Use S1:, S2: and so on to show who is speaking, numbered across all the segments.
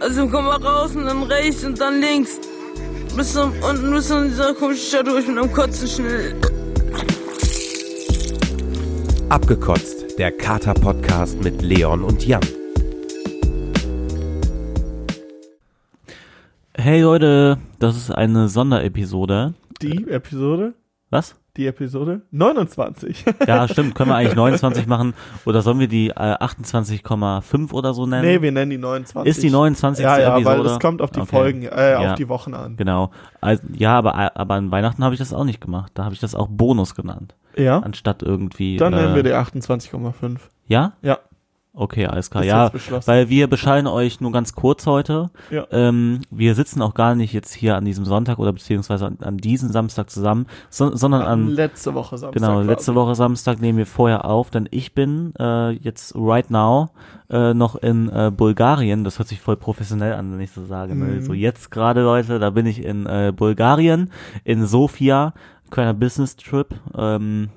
S1: Also komm mal raus und dann rechts und dann links. Bis zum, unten bis in dieser komischen Stadt durch mit einem Kotzen schnell.
S2: Abgekotzt, der Kater-Podcast mit Leon und Jan.
S3: Hey Leute, das ist eine Sonderepisode.
S4: Die Episode?
S3: Was?
S4: Die Episode 29.
S3: Ja, stimmt, können wir eigentlich 29 machen oder sollen wir die äh, 28,5 oder so nennen?
S4: nee, wir nennen die 29.
S3: Ist die 29.
S4: Ja, ja,
S3: Episode?
S4: weil es kommt auf die
S3: Okay.
S4: Folgen, äh,
S3: Ja.
S4: auf die Wochen an.
S3: Genau. Also, ja, aber, aber an Weihnachten habe ich das auch nicht gemacht. Da habe ich das auch Bonus genannt.
S4: Ja?
S3: Anstatt irgendwie.
S4: Dann
S3: Genau. äh,
S4: nennen wir die 28,5.
S3: Ja?
S4: Ja.
S3: Okay, alles klar.
S4: Ist
S3: Ja,
S4: jetzt beschlossen.
S3: weil wir beschallen euch nur ganz kurz heute.
S4: Ja.
S3: Ähm, wir sitzen auch gar nicht jetzt hier an diesem Sonntag oder beziehungsweise an, an diesem Samstag zusammen, so, sondern an
S4: letzte Woche Samstag.
S3: Genau, letzte Woche Samstag nehmen wir vorher auf, denn ich bin äh, jetzt right now äh, noch in äh, Bulgarien. Das hört sich voll professionell an, wenn ich so sage.
S4: Mhm.
S3: Ne? So jetzt gerade, Leute, da bin ich in äh, Bulgarien, in Sofia, kleiner Business Trip. Ähm,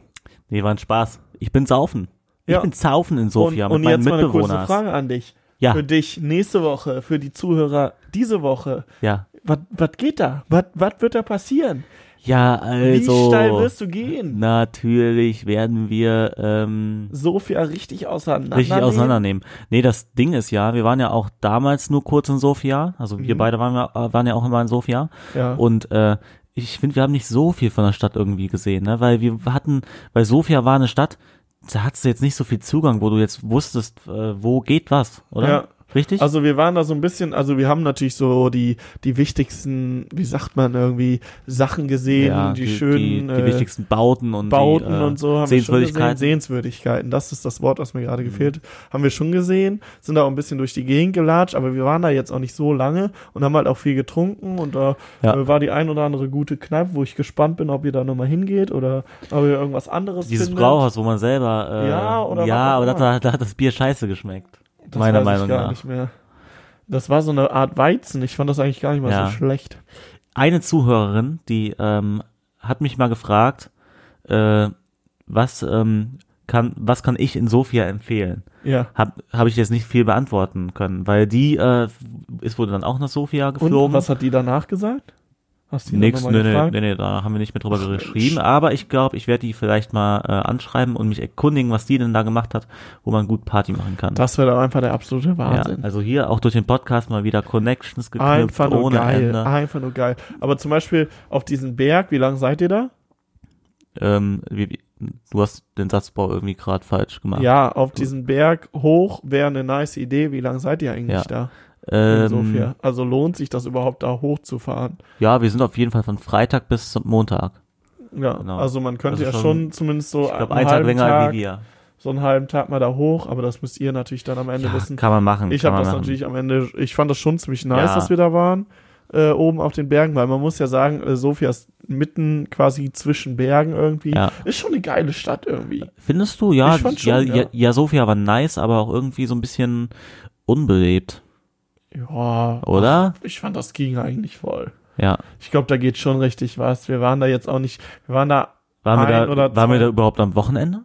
S3: nee, war ein Spaß. Ich bin saufen.
S4: Ja.
S3: Ich bin saufen in
S4: Und,
S3: Sofia
S4: und
S3: mit meinen
S4: jetzt mal eine kurze
S3: Mitbewohnern.
S4: Frage an dich.
S3: Ja.
S4: Für dich nächste Woche, für die Zuhörer diese Woche.
S3: Ja,
S4: Was was geht da? Was was wird da passieren?
S3: ja,
S4: Wie
S3: also
S4: steil wirst du gehen?
S3: natürlich werden wir ähm,
S4: Sofia richtig auseinander.
S3: richtig auseinandernehmen. Nee, das Ding ist ja, wir waren ja auch damals nur kurz in Sofia, also wir beide waren, ja- äh, waren ja auch immer in Sofia
S4: Mhm. Ja.
S3: und äh, ich finde, wir haben nicht so viel von der Stadt irgendwie gesehen, ne? weil wir hatten, weil Sofia war eine Stadt, da hattest du jetzt nicht so viel Zugang, wo du jetzt wusstest, äh, wo geht was, oder?
S4: Ja.
S3: Richtig?
S4: Also wir waren da so ein bisschen, also wir haben natürlich so die, die wichtigsten, wie sagt man irgendwie, Sachen gesehen,
S3: ja,
S4: die,
S3: die,
S4: schönen
S3: die
S4: äh,
S3: wichtigsten Bauten und
S4: Bauten
S3: die, äh,
S4: und so haben wir schon gesehen.
S3: Sehenswürdigkeiten. Mhm.
S4: Sehenswürdigkeiten, das ist das Wort, was mir gerade gefehlt, haben wir schon gesehen, sind da auch ein bisschen durch die Gegend gelatscht, aber wir waren da jetzt auch nicht so lange und haben halt auch viel getrunken und da
S3: Ja.
S4: äh, war die ein oder andere gute Kneipe, wo ich gespannt bin, ob ihr da nochmal hingeht oder ob ihr irgendwas anderes
S3: Dieses
S4: findet.
S3: Brauhaus, wo man selber äh,
S4: Ja, oder was
S3: ja
S4: auch
S3: aber da,
S4: immer.
S3: da, da hat das Bier scheiße geschmeckt.
S4: Das
S3: meiner
S4: weiß
S3: Meinung
S4: ich gar
S3: nach.
S4: Nicht mehr. Das war so eine Art Weizen, ich fand das eigentlich gar nicht mal
S3: Ja.
S4: so schlecht.
S3: eine Zuhörerin, die ähm, hat mich mal gefragt, äh, was ähm, kann was kann ich in Sofia empfehlen?
S4: Ja.
S3: Hab habe ich jetzt nicht viel beantworten können, weil die äh, ist wurde dann auch nach Sofia
S4: Und
S3: geflogen.
S4: was hat die danach gesagt? Hast du die
S3: Nix, nee,
S4: Nix, nochmal
S3: nee,
S4: gefragt?
S3: nee, nee, da haben wir nicht mehr drüber geschrieben, aber ich glaube, ich werde die vielleicht mal äh, anschreiben und mich erkundigen, was die denn da gemacht hat, wo man gut Party machen kann.
S4: Das wäre doch einfach der absolute
S3: ja,
S4: Wahnsinn.
S3: also hier auch durch den Podcast mal wieder Connections geknüpft,
S4: einfach nur
S3: ohne
S4: geil.
S3: Ende.
S4: Einfach nur geil. Aber zum Beispiel auf diesen Berg, wie lange seid ihr da?
S3: Ähm, wie, wie, du hast den Satzbau irgendwie gerade falsch gemacht.
S4: Ja, auf diesen Berg hoch wäre eine nice Idee. Wie lange seid ihr eigentlich
S3: Ja.
S4: da? In
S3: Ähm,
S4: Sofia. Also lohnt sich das überhaupt da hochzufahren?
S3: ja, wir sind auf jeden Fall von Freitag bis zum Montag.
S4: Ja,
S3: Genau.
S4: also man
S3: Also
S4: könnte ja
S3: schon-
S4: schon zumindest so
S3: Ich glaube,
S4: einen
S3: einen Tag
S4: halben
S3: länger
S4: Tag,
S3: wie wir.
S4: so einen halben Tag mal da hoch, aber das müsst ihr natürlich dann am Ende
S3: Ja,
S4: wissen.
S3: kann man machen.
S4: Ich
S3: kann
S4: habe
S3: man
S4: das
S3: machen.
S4: natürlich am Ende, ich fand das schon ziemlich nice,
S3: Ja.
S4: dass wir da waren, äh, oben auf den Bergen, weil man muss ja sagen, äh, Sofia ist mitten quasi zwischen Bergen irgendwie.
S3: Ja.
S4: Ist schon eine geile Stadt irgendwie.
S3: Findest du? Ja,
S4: Ich fand
S3: ja,
S4: schon,
S3: ja.
S4: ja.
S3: ja, Sofia war nice, aber auch irgendwie so ein bisschen unbelebt,
S4: Ja.
S3: oder?
S4: Ich fand, das ging eigentlich voll.
S3: Ja.
S4: Ich glaube, da geht schon richtig was. Wir waren da jetzt auch nicht, wir waren da,
S3: Waren wir,
S4: Ein
S3: da,
S4: oder
S3: waren wir
S4: zwei.
S3: da überhaupt am Wochenende?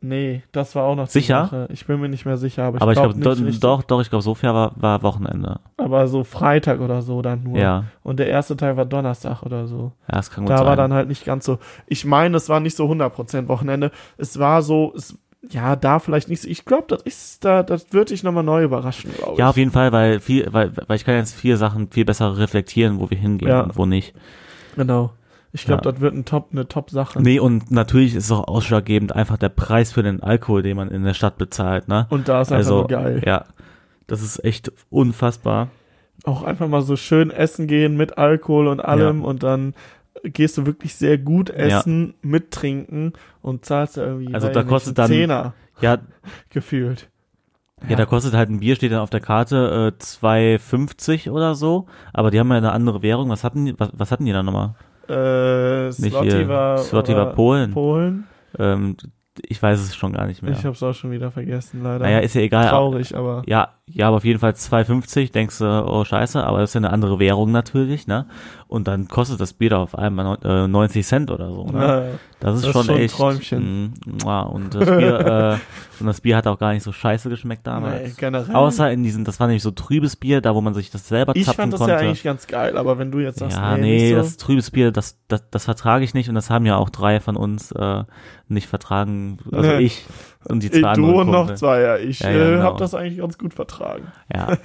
S4: nee, das war auch noch die
S3: Sicher?
S4: Sache. Ich bin mir nicht mehr sicher, aber ich
S3: aber ich
S4: glaube
S3: glaube,
S4: glaub, nicht
S3: glaub,
S4: richtig.
S3: doch, doch, ich glaube, Sofia war, war Wochenende.
S4: Aber so Freitag oder so dann nur.
S3: Ja.
S4: Und der erste Teil war Donnerstag oder so.
S3: Ja, das kann gut
S4: da
S3: sein.
S4: war dann halt nicht ganz so. Ich meine, es war nicht so 100% Wochenende. Es war so, es, ja, da vielleicht nicht so. Ich glaube, das ist da, das wird dich nochmal neu überraschen, glaube
S3: ja, auf
S4: ich.
S3: jeden Fall, weil viel, weil, weil ich kann jetzt vier Sachen viel besser reflektieren, wo wir hingehen
S4: Ja.
S3: und wo nicht.
S4: Genau. Ich glaube,
S3: Ja.
S4: das wird ein Top, eine Top-Sache.
S3: Nee, und natürlich ist auch ausschlaggebend einfach der Preis für den Alkohol, den man in der Stadt bezahlt, ne?
S4: Und da ist einfach
S3: also,
S4: nur geil.
S3: ja. Das ist echt unfassbar.
S4: Auch einfach mal so schön essen gehen mit Alkohol und allem und dann gehst du wirklich sehr gut essen, mittrinken und zahlst da irgendwie
S3: Also
S4: weiß
S3: da
S4: ich nicht,
S3: kostet
S4: einen
S3: dann-
S4: Zehner
S3: Ja,
S4: gefühlt.
S3: ja, da kostet halt ein Bier, steht dann auf der Karte äh, 2,50 oder so. Aber die haben ja eine andere Währung. Was hatten die, was, was hatten die da nochmal?
S4: Äh,
S3: Nicht
S4: Slotty
S3: ihr-
S4: war,
S3: Slotty war Polen.
S4: Polen.
S3: Ähm, ich weiß es schon gar nicht mehr.
S4: Ich hab's auch schon wieder vergessen, leider.
S3: naja, ist ja egal.
S4: Traurig, aber.
S3: Ja, ja, aber auf jeden Fall 2,50, denkst du, oh scheiße, aber das ist ja eine andere Währung natürlich, ne? Und dann kostet das Bier da auf einmal neun- äh, 90 Cent oder so, ne?
S4: Ja, ja.
S3: Das ist
S4: Das ist
S3: schon
S4: schon ein
S3: echt.
S4: Träumchen.
S3: mm, mua. und, das Bier, äh, und das Bier hat auch gar nicht so scheiße geschmeckt
S4: Nee,
S3: damals.
S4: generell.
S3: Außer in diesen, das war nämlich so trübes Bier, da wo man sich das selber
S4: ich
S3: zapfen
S4: fand das
S3: konnte.
S4: ja eigentlich ganz geil, aber wenn du jetzt sagst,
S3: ja,
S4: nee,
S3: nee,
S4: nicht so,
S3: das trübes Bier, das, das, das vertrage ich nicht und das haben ja auch drei von uns äh, nicht vertragen. Also
S4: Nee.
S3: ich und die
S4: Ey,
S3: zwei anderen.
S4: Äh, du und noch
S3: Kumpel.
S4: zwei, ja, ich
S3: Ja, ja,
S4: äh,
S3: genau.
S4: hab das eigentlich ganz gut vertragen.
S3: Ja.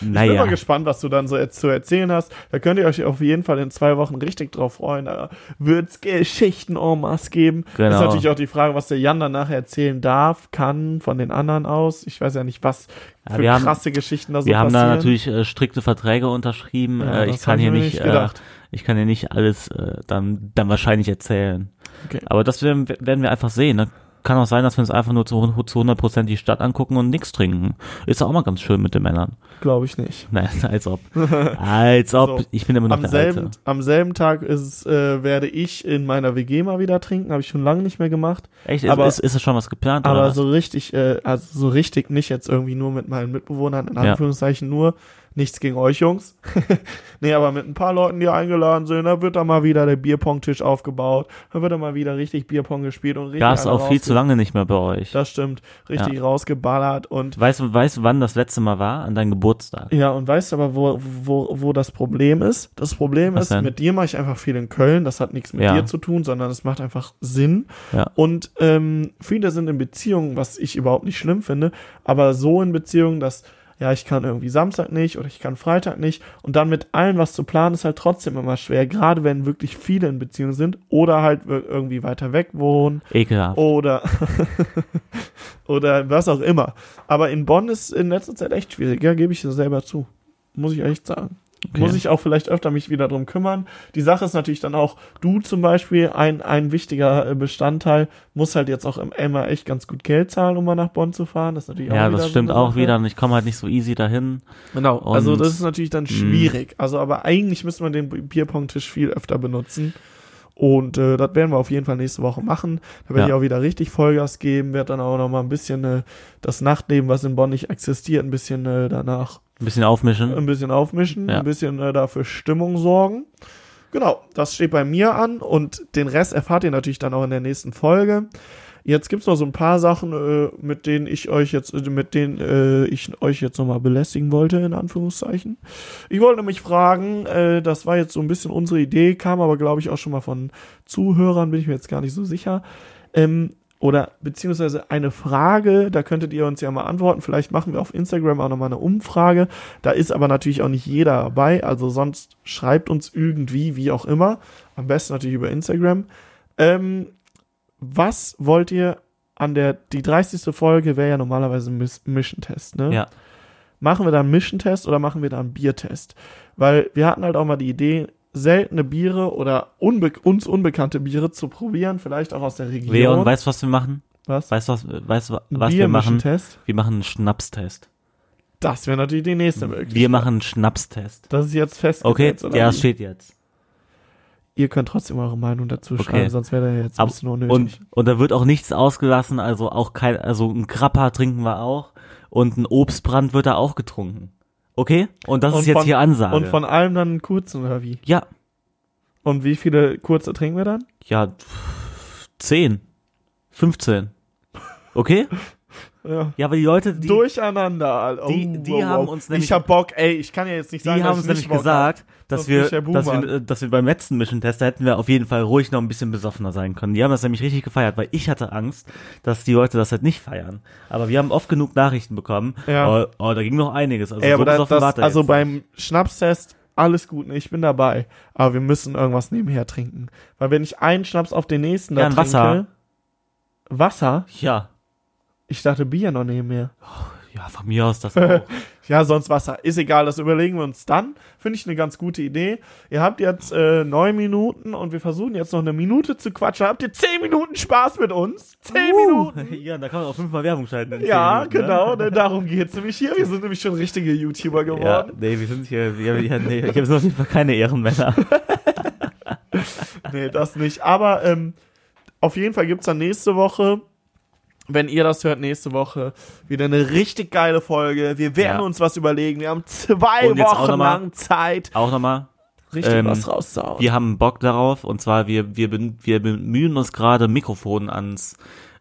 S4: Ich bin
S3: Naja.
S4: mal gespannt, was du dann so jetzt zu erzählen hast. Da könnt ihr euch auf jeden Fall in zwei Wochen richtig drauf freuen. Da wird's Geschichten en masse geben.
S3: Genau.
S4: Ist natürlich auch die Frage, was der Jan danach erzählen darf, kann von den anderen aus. Ich weiß ja nicht, was
S3: Ja,
S4: für
S3: wir haben-
S4: krasse Geschichten da so
S3: Wir haben
S4: passieren.
S3: da natürlich äh, strikte Verträge unterschrieben.
S4: Ja,
S3: äh, ich
S4: das
S3: kann
S4: hab ich
S3: hier
S4: mir
S3: nicht,
S4: nicht
S3: äh,
S4: gedacht.
S3: ich kann hier nicht alles äh, dann, dann wahrscheinlich erzählen.
S4: Okay.
S3: Aber das werden, werden wir einfach sehen. Ne? Kann auch sein, dass wir uns einfach nur zu, hun- zu 100% die Stadt angucken und nichts trinken. Ist auch mal ganz schön mit den Männern.
S4: Glaube ich nicht.
S3: Nein, als ob. Als ob.
S4: So,
S3: ich bin immer noch
S4: Am
S3: der
S4: selben,
S3: Alte.
S4: am selben Tag ist, äh, werde ich in meiner WG mal wieder trinken. Habe ich schon lange nicht mehr gemacht.
S3: Echt?
S4: aber-
S3: ist, ist, ist das schon was geplant?
S4: Aber
S3: oder?
S4: so richtig, äh, also so richtig nicht jetzt irgendwie nur mit meinen Mitbewohnern, in
S3: Ja.
S4: Anführungszeichen nur. Nichts gegen euch Jungs. nee, aber mit ein paar Leuten, die eingeladen sind, da wird da mal wieder der Bierpong-Tisch aufgebaut. Da wird da mal wieder richtig Bierpong gespielt und richtig.
S3: Gab's
S4: einer
S3: auch viel zu
S4: rausge-
S3: lange nicht mehr bei euch.
S4: Das stimmt. Richtig rausgeballert und.
S3: Weißt du, weißt du, wann das letzte Mal war? An deinem Geburtstag.
S4: Ja, und weißt du aber, wo, wo, wo das Problem ist? Das Problem
S3: Was
S4: ist,
S3: denn?
S4: mit dir mache ich einfach viel in Köln. Das hat nichts mit
S3: Ja.
S4: dir zu tun, sondern es macht einfach Sinn.
S3: Ja.
S4: Und ähm, viele sind in Beziehungen, was ich überhaupt nicht schlimm finde, aber so in Beziehungen, dass ja, ich kann irgendwie Samstag nicht oder ich kann Freitag nicht und dann mit allen was zu planen ist halt trotzdem immer schwer, gerade wenn wirklich viele in Beziehung sind oder halt wir- irgendwie weiter weg wohnen
S3: Ekelhaft.
S4: oder oder was auch immer. Aber in Bonn ist in letzter Zeit echt schwieriger, gebe ich dir selber zu. Muss ich echt sagen.
S3: Okay.
S4: Muss ich auch vielleicht öfter mich wieder drum kümmern. Die Sache ist natürlich dann auch, du zum Beispiel, ein, ein wichtiger äh, Bestandteil, muss halt jetzt auch im Emma echt ganz gut Geld zahlen, um mal nach Bonn zu fahren. Das ist natürlich auch
S3: ja,
S4: wieder
S3: das
S4: so
S3: stimmt
S4: eine
S3: auch
S4: Sache.
S3: wieder. Und ich komme halt nicht so easy dahin.
S4: Genau.
S3: Und- hm.
S4: also das ist natürlich dann schwierig. Also aber eigentlich müsste man den Bierpong-Tisch viel öfter benutzen. Und äh, das werden wir auf jeden Fall nächste Woche machen. Da
S3: Ja.
S4: werde ich auch wieder richtig Vollgas geben, werde dann auch noch mal ein bisschen äh, das Nachtleben, was in Bonn nicht existiert, ein bisschen äh, danach
S3: Ein bisschen aufmischen.
S4: ein bisschen aufmischen,
S3: Mhm. Ja.
S4: ein bisschen äh, dafür Stimmung sorgen. Genau, das steht bei mir an und den Rest erfahrt ihr natürlich dann auch in der nächsten Folge. Jetzt gibt's noch so ein paar Sachen, äh, mit denen ich euch jetzt, äh, mit denen äh, ich euch jetzt nochmal belästigen wollte, in Anführungszeichen. Ich wollte nämlich fragen, äh, das war jetzt so ein bisschen unsere Idee, kam aber, glaube ich, auch schon mal von Zuhörern, bin ich mir jetzt gar nicht so sicher. Ähm, oder beziehungsweise eine Frage, da könntet ihr uns ja mal antworten. Vielleicht machen wir auf Instagram auch nochmal eine Umfrage. Da ist aber natürlich auch nicht jeder dabei. Also sonst schreibt uns irgendwie, wie auch immer. Am besten natürlich über Instagram. Ähm, was wollt ihr an der, die 30. Folge wäre ja normalerweise ein Miss- Mission-Test, ne?
S3: Ja.
S4: Machen wir da einen Mission-Test oder machen wir da einen Biertest? Weil wir hatten halt auch mal die Idee, seltene Biere oder unbe uns unbekannte Biere zu probieren, vielleicht auch aus der Region.
S3: Leon, weißt du, was wir machen?
S4: was?
S3: Weißt du, was, weißt, du,
S4: Ein
S3: was wir machen?
S4: Biermischentest?
S3: Wir machen einen Schnapstest.
S4: Das wäre natürlich die nächste Möglichkeit.
S3: Wir machen einen Schnapstest.
S4: das ist jetzt
S3: Okay,
S4: festgesetzt. oder
S3: ja,
S4: wie?
S3: es steht jetzt.
S4: Ihr könnt trotzdem eure Meinung dazu
S3: Okay.
S4: schreiben, sonst wäre der jetzt ein
S3: Ab-
S4: bisschen unnötig.
S3: Und, und da wird auch nichts ausgelassen, also auch kein, also ein Krapper trinken wir auch und ein Obstbrand wird da auch getrunken. Okay? Und das
S4: Und
S3: ist jetzt
S4: von-
S3: hier Ansage.
S4: Und von allem dann einen kurzen oder wie?
S3: ja,
S4: Und wie viele kurze trinken wir dann?
S3: ja, pff, 10, 15. Okay?
S4: Ja.
S3: Ja, aber die Leute, die,
S4: Durcheinander. Oh,
S3: die- die haben uns nämlich-
S4: Ich hab Bock, ey, ich kann ja jetzt nicht
S3: die
S4: sagen, dass
S3: haben
S4: ich
S3: uns
S4: nicht
S3: nämlich
S4: Bock
S3: gesagt, dass
S4: Sonst
S3: wir,
S4: bin ich der
S3: dass
S4: Boomer.
S3: wir, äh, dass wir beim letzten Mission Test, da hätten wir auf jeden Fall ruhig noch ein bisschen besoffener sein können. Die haben das nämlich richtig gefeiert, weil ich hatte Angst, dass die Leute das halt nicht feiern. Aber wir haben oft genug Nachrichten bekommen.
S4: Ja.
S3: Oh, oh da ging noch einiges. Also
S4: Ey,
S3: so
S4: aber das,
S3: besoffen war
S4: das,
S3: der
S4: also
S3: jetzt.
S4: beim Schnapstest alles gut, ne, ich bin dabei. Aber wir müssen irgendwas nebenher trinken. Weil wenn ich einen Schnaps auf den nächsten
S3: Ja,
S4: da
S3: ein
S4: trinke,
S3: Wasser.
S4: Wasser?
S3: ja,
S4: Ich dachte Bier noch nebenher.
S3: ja, von mir aus das auch.
S4: Ja, sonst Wasser. Ist egal, das überlegen wir uns dann. Finde ich eine ganz gute Idee. Ihr habt jetzt äh, neun Minuten und wir versuchen jetzt noch eine Minute zu quatschen. Habt ihr zehn Minuten Spaß mit uns? Zehn Minuten!
S3: Uh. ja, da kann man auch fünfmal Werbung schalten. in
S4: Ja,
S3: zehn Minuten,
S4: genau,
S3: Ne?
S4: ne, darum geht's nämlich hier. Wir sind nämlich schon richtige YouTuber
S3: Ja,
S4: geworden.
S3: nee, wir sind hier, ja, ja, nee, ich habe auf jeden Fall keine Ehrenmänner.
S4: Nee, das nicht. Aber ähm, auf jeden Fall gibt's dann nächste Woche, wenn ihr das hört, nächste Woche wieder eine richtig geile Folge. Wir werden
S3: Ja.
S4: uns was überlegen. Wir haben zwei
S3: Und jetzt auch
S4: Wochen
S3: noch mal-
S4: lang Zeit.
S3: Auch nochmal,
S4: Richtig
S3: Ähm,
S4: was rauszuhauen.
S3: Wir haben Bock darauf und zwar wir wir ben- wir bemühen uns gerade Mikrofone ans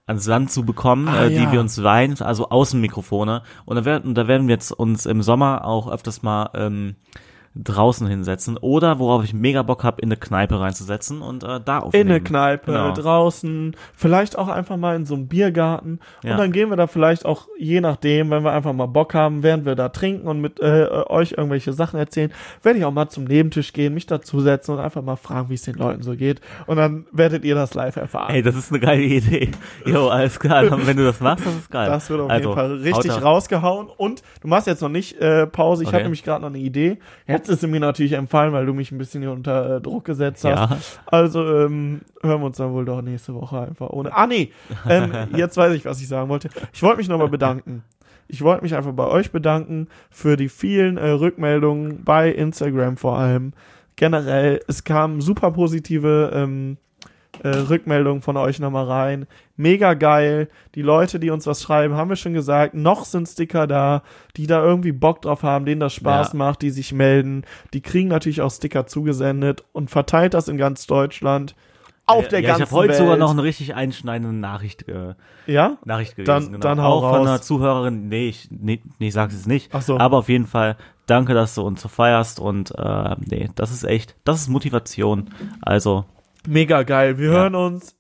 S3: ans Land zu bekommen,
S4: Ah,
S3: äh, die
S4: ja.
S3: wir uns leihen, also Außenmikrofone und da werden und da werden wir jetzt uns im Sommer auch öfters mal ähm, draußen hinsetzen oder worauf ich mega Bock habe, in eine Kneipe reinzusetzen und äh, da
S4: In
S3: aufnehmen.
S4: eine Kneipe,
S3: Genau.
S4: draußen, vielleicht auch einfach mal in so einem Biergarten.
S3: Ja.
S4: Und dann gehen wir da vielleicht auch, je nachdem, wenn wir einfach mal Bock haben, während wir da trinken und mit äh, äh, euch irgendwelche Sachen erzählen, werde ich auch mal zum Nebentisch gehen, mich dazusetzen und einfach mal fragen, wie es den Leuten so geht. Und dann werdet ihr das live erfahren.
S3: Ey, das ist eine geile Idee. Jo, alles klar. Dann, wenn du das machst, das ist geil.
S4: das wird auf
S3: also,
S4: jeden Fall
S3: haut
S4: richtig
S3: da-
S4: rausgehauen. Und du machst jetzt noch nicht äh, Pause. Ich
S3: Okay.
S4: habe nämlich gerade noch eine Idee. Jetzt ist sie mir natürlich empfallen, weil du mich ein bisschen hier unter äh, Druck gesetzt hast.
S3: Ja.
S4: Also ähm, hören wir uns dann wohl doch nächste Woche einfach ohne. Ah nee, ähm, jetzt weiß ich, was ich sagen wollte. Ich wollte mich nochmal bedanken. Ich wollte mich einfach bei euch bedanken für die vielen äh, Rückmeldungen bei Instagram vor allem. Generell, es kamen super positive ähm, äh, Rückmeldungen von euch nochmal rein. Mega geil. Die Leute, die uns was schreiben, haben wir schon gesagt, noch sind Sticker da, die da irgendwie Bock drauf haben, denen das Spaß
S3: Ja.
S4: macht, die sich melden. Die kriegen natürlich auch Sticker zugesendet und verteilt das in ganz Deutschland. Auf der
S3: ja,
S4: ganzen
S3: Ich habe heute
S4: Welt.
S3: sogar noch eine richtig einschneidende Nachricht, äh,
S4: ja?
S3: Nachricht gelesen.
S4: Dann-
S3: genau.
S4: dann hau
S3: Auch von
S4: raus.
S3: einer Zuhörerin. Nee, ich, nee, nee, ich sag's jetzt nicht.
S4: Ach so.
S3: Aber auf jeden Fall danke, dass du uns so feierst. Und äh, nee, das ist echt, das ist Motivation. Also,
S4: Mega geil. Wir hören uns.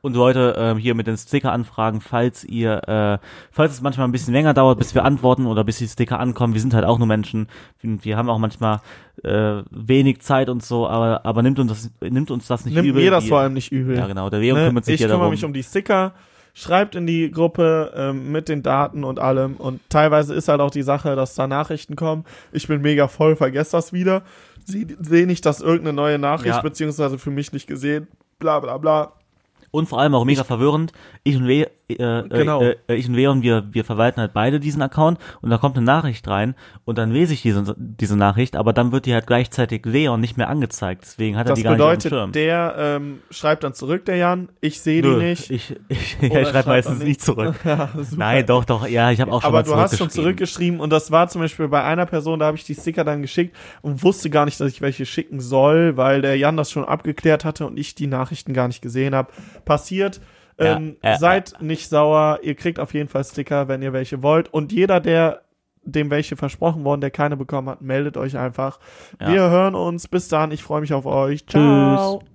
S3: Und Leute, ähm, hier mit den Sticker-Anfragen, falls ihr, äh, falls es manchmal ein bisschen länger dauert, bis wir antworten oder bis die Sticker ankommen, wir sind halt auch nur Menschen, wir, wir haben auch manchmal äh, wenig Zeit und so, aber, aber nimmt uns das, nimmt uns das nicht
S4: Nimmt
S3: übel.
S4: mir das
S3: wir-
S4: vor allem nicht übel.
S3: Ja genau, der Leon
S4: Ne?
S3: kümmert sich
S4: ich
S3: ja
S4: kümmere
S3: darum.
S4: mich um die Sticker, schreibt in die Gruppe ähm, mit den Daten und allem. Und teilweise ist halt auch die Sache, dass da Nachrichten kommen. Ich bin mega voll, vergesse das wieder. Sehe seh nicht, dass irgendeine neue Nachricht,
S3: Ja.
S4: beziehungsweise für mich nicht gesehen, bla bla bla.
S3: Und vor allem auch mega verwirrend. Ich und, Le äh, äh,
S4: Genau.
S3: äh, ich und Leon, wir, wir verwalten halt beide diesen Account und da kommt eine Nachricht rein und dann lese ich diese, diese Nachricht, aber dann wird die halt gleichzeitig Leon nicht mehr angezeigt. Deswegen hat er
S4: Das
S3: die gar nicht auf dem
S4: bedeutet,
S3: Schirm.
S4: der ähm, schreibt dann zurück, der Jan. Ich sehe die
S3: Nö,
S4: nicht.
S3: Ich, ich, ja,
S4: Oder
S3: ich
S4: schreibt
S3: schreibe meistens
S4: auch
S3: nicht,
S4: nicht.
S3: zurück.
S4: Ja, super.
S3: Nein, doch, doch. Ja, ich habe auch schon
S4: Aber
S3: mal
S4: du hast schon
S3: zurückgeschrieben.
S4: zurückgeschrieben und das war zum Beispiel bei einer Person, da habe ich die Sticker dann geschickt und wusste gar nicht, dass ich welche schicken soll, weil der Jan das schon abgeklärt hatte und ich die Nachrichten gar nicht gesehen habe. Passiert.
S3: Ja,
S4: ähm,
S3: äh,
S4: seid nicht sauer, ihr kriegt auf jeden Fall Sticker, wenn ihr welche wollt. Und jeder, der dem welche versprochen wurden, der keine bekommen hat, meldet euch einfach.
S3: Ja.
S4: Wir hören uns. Bis dann. Ich freue mich auf euch. Ciao.
S3: Tschüss.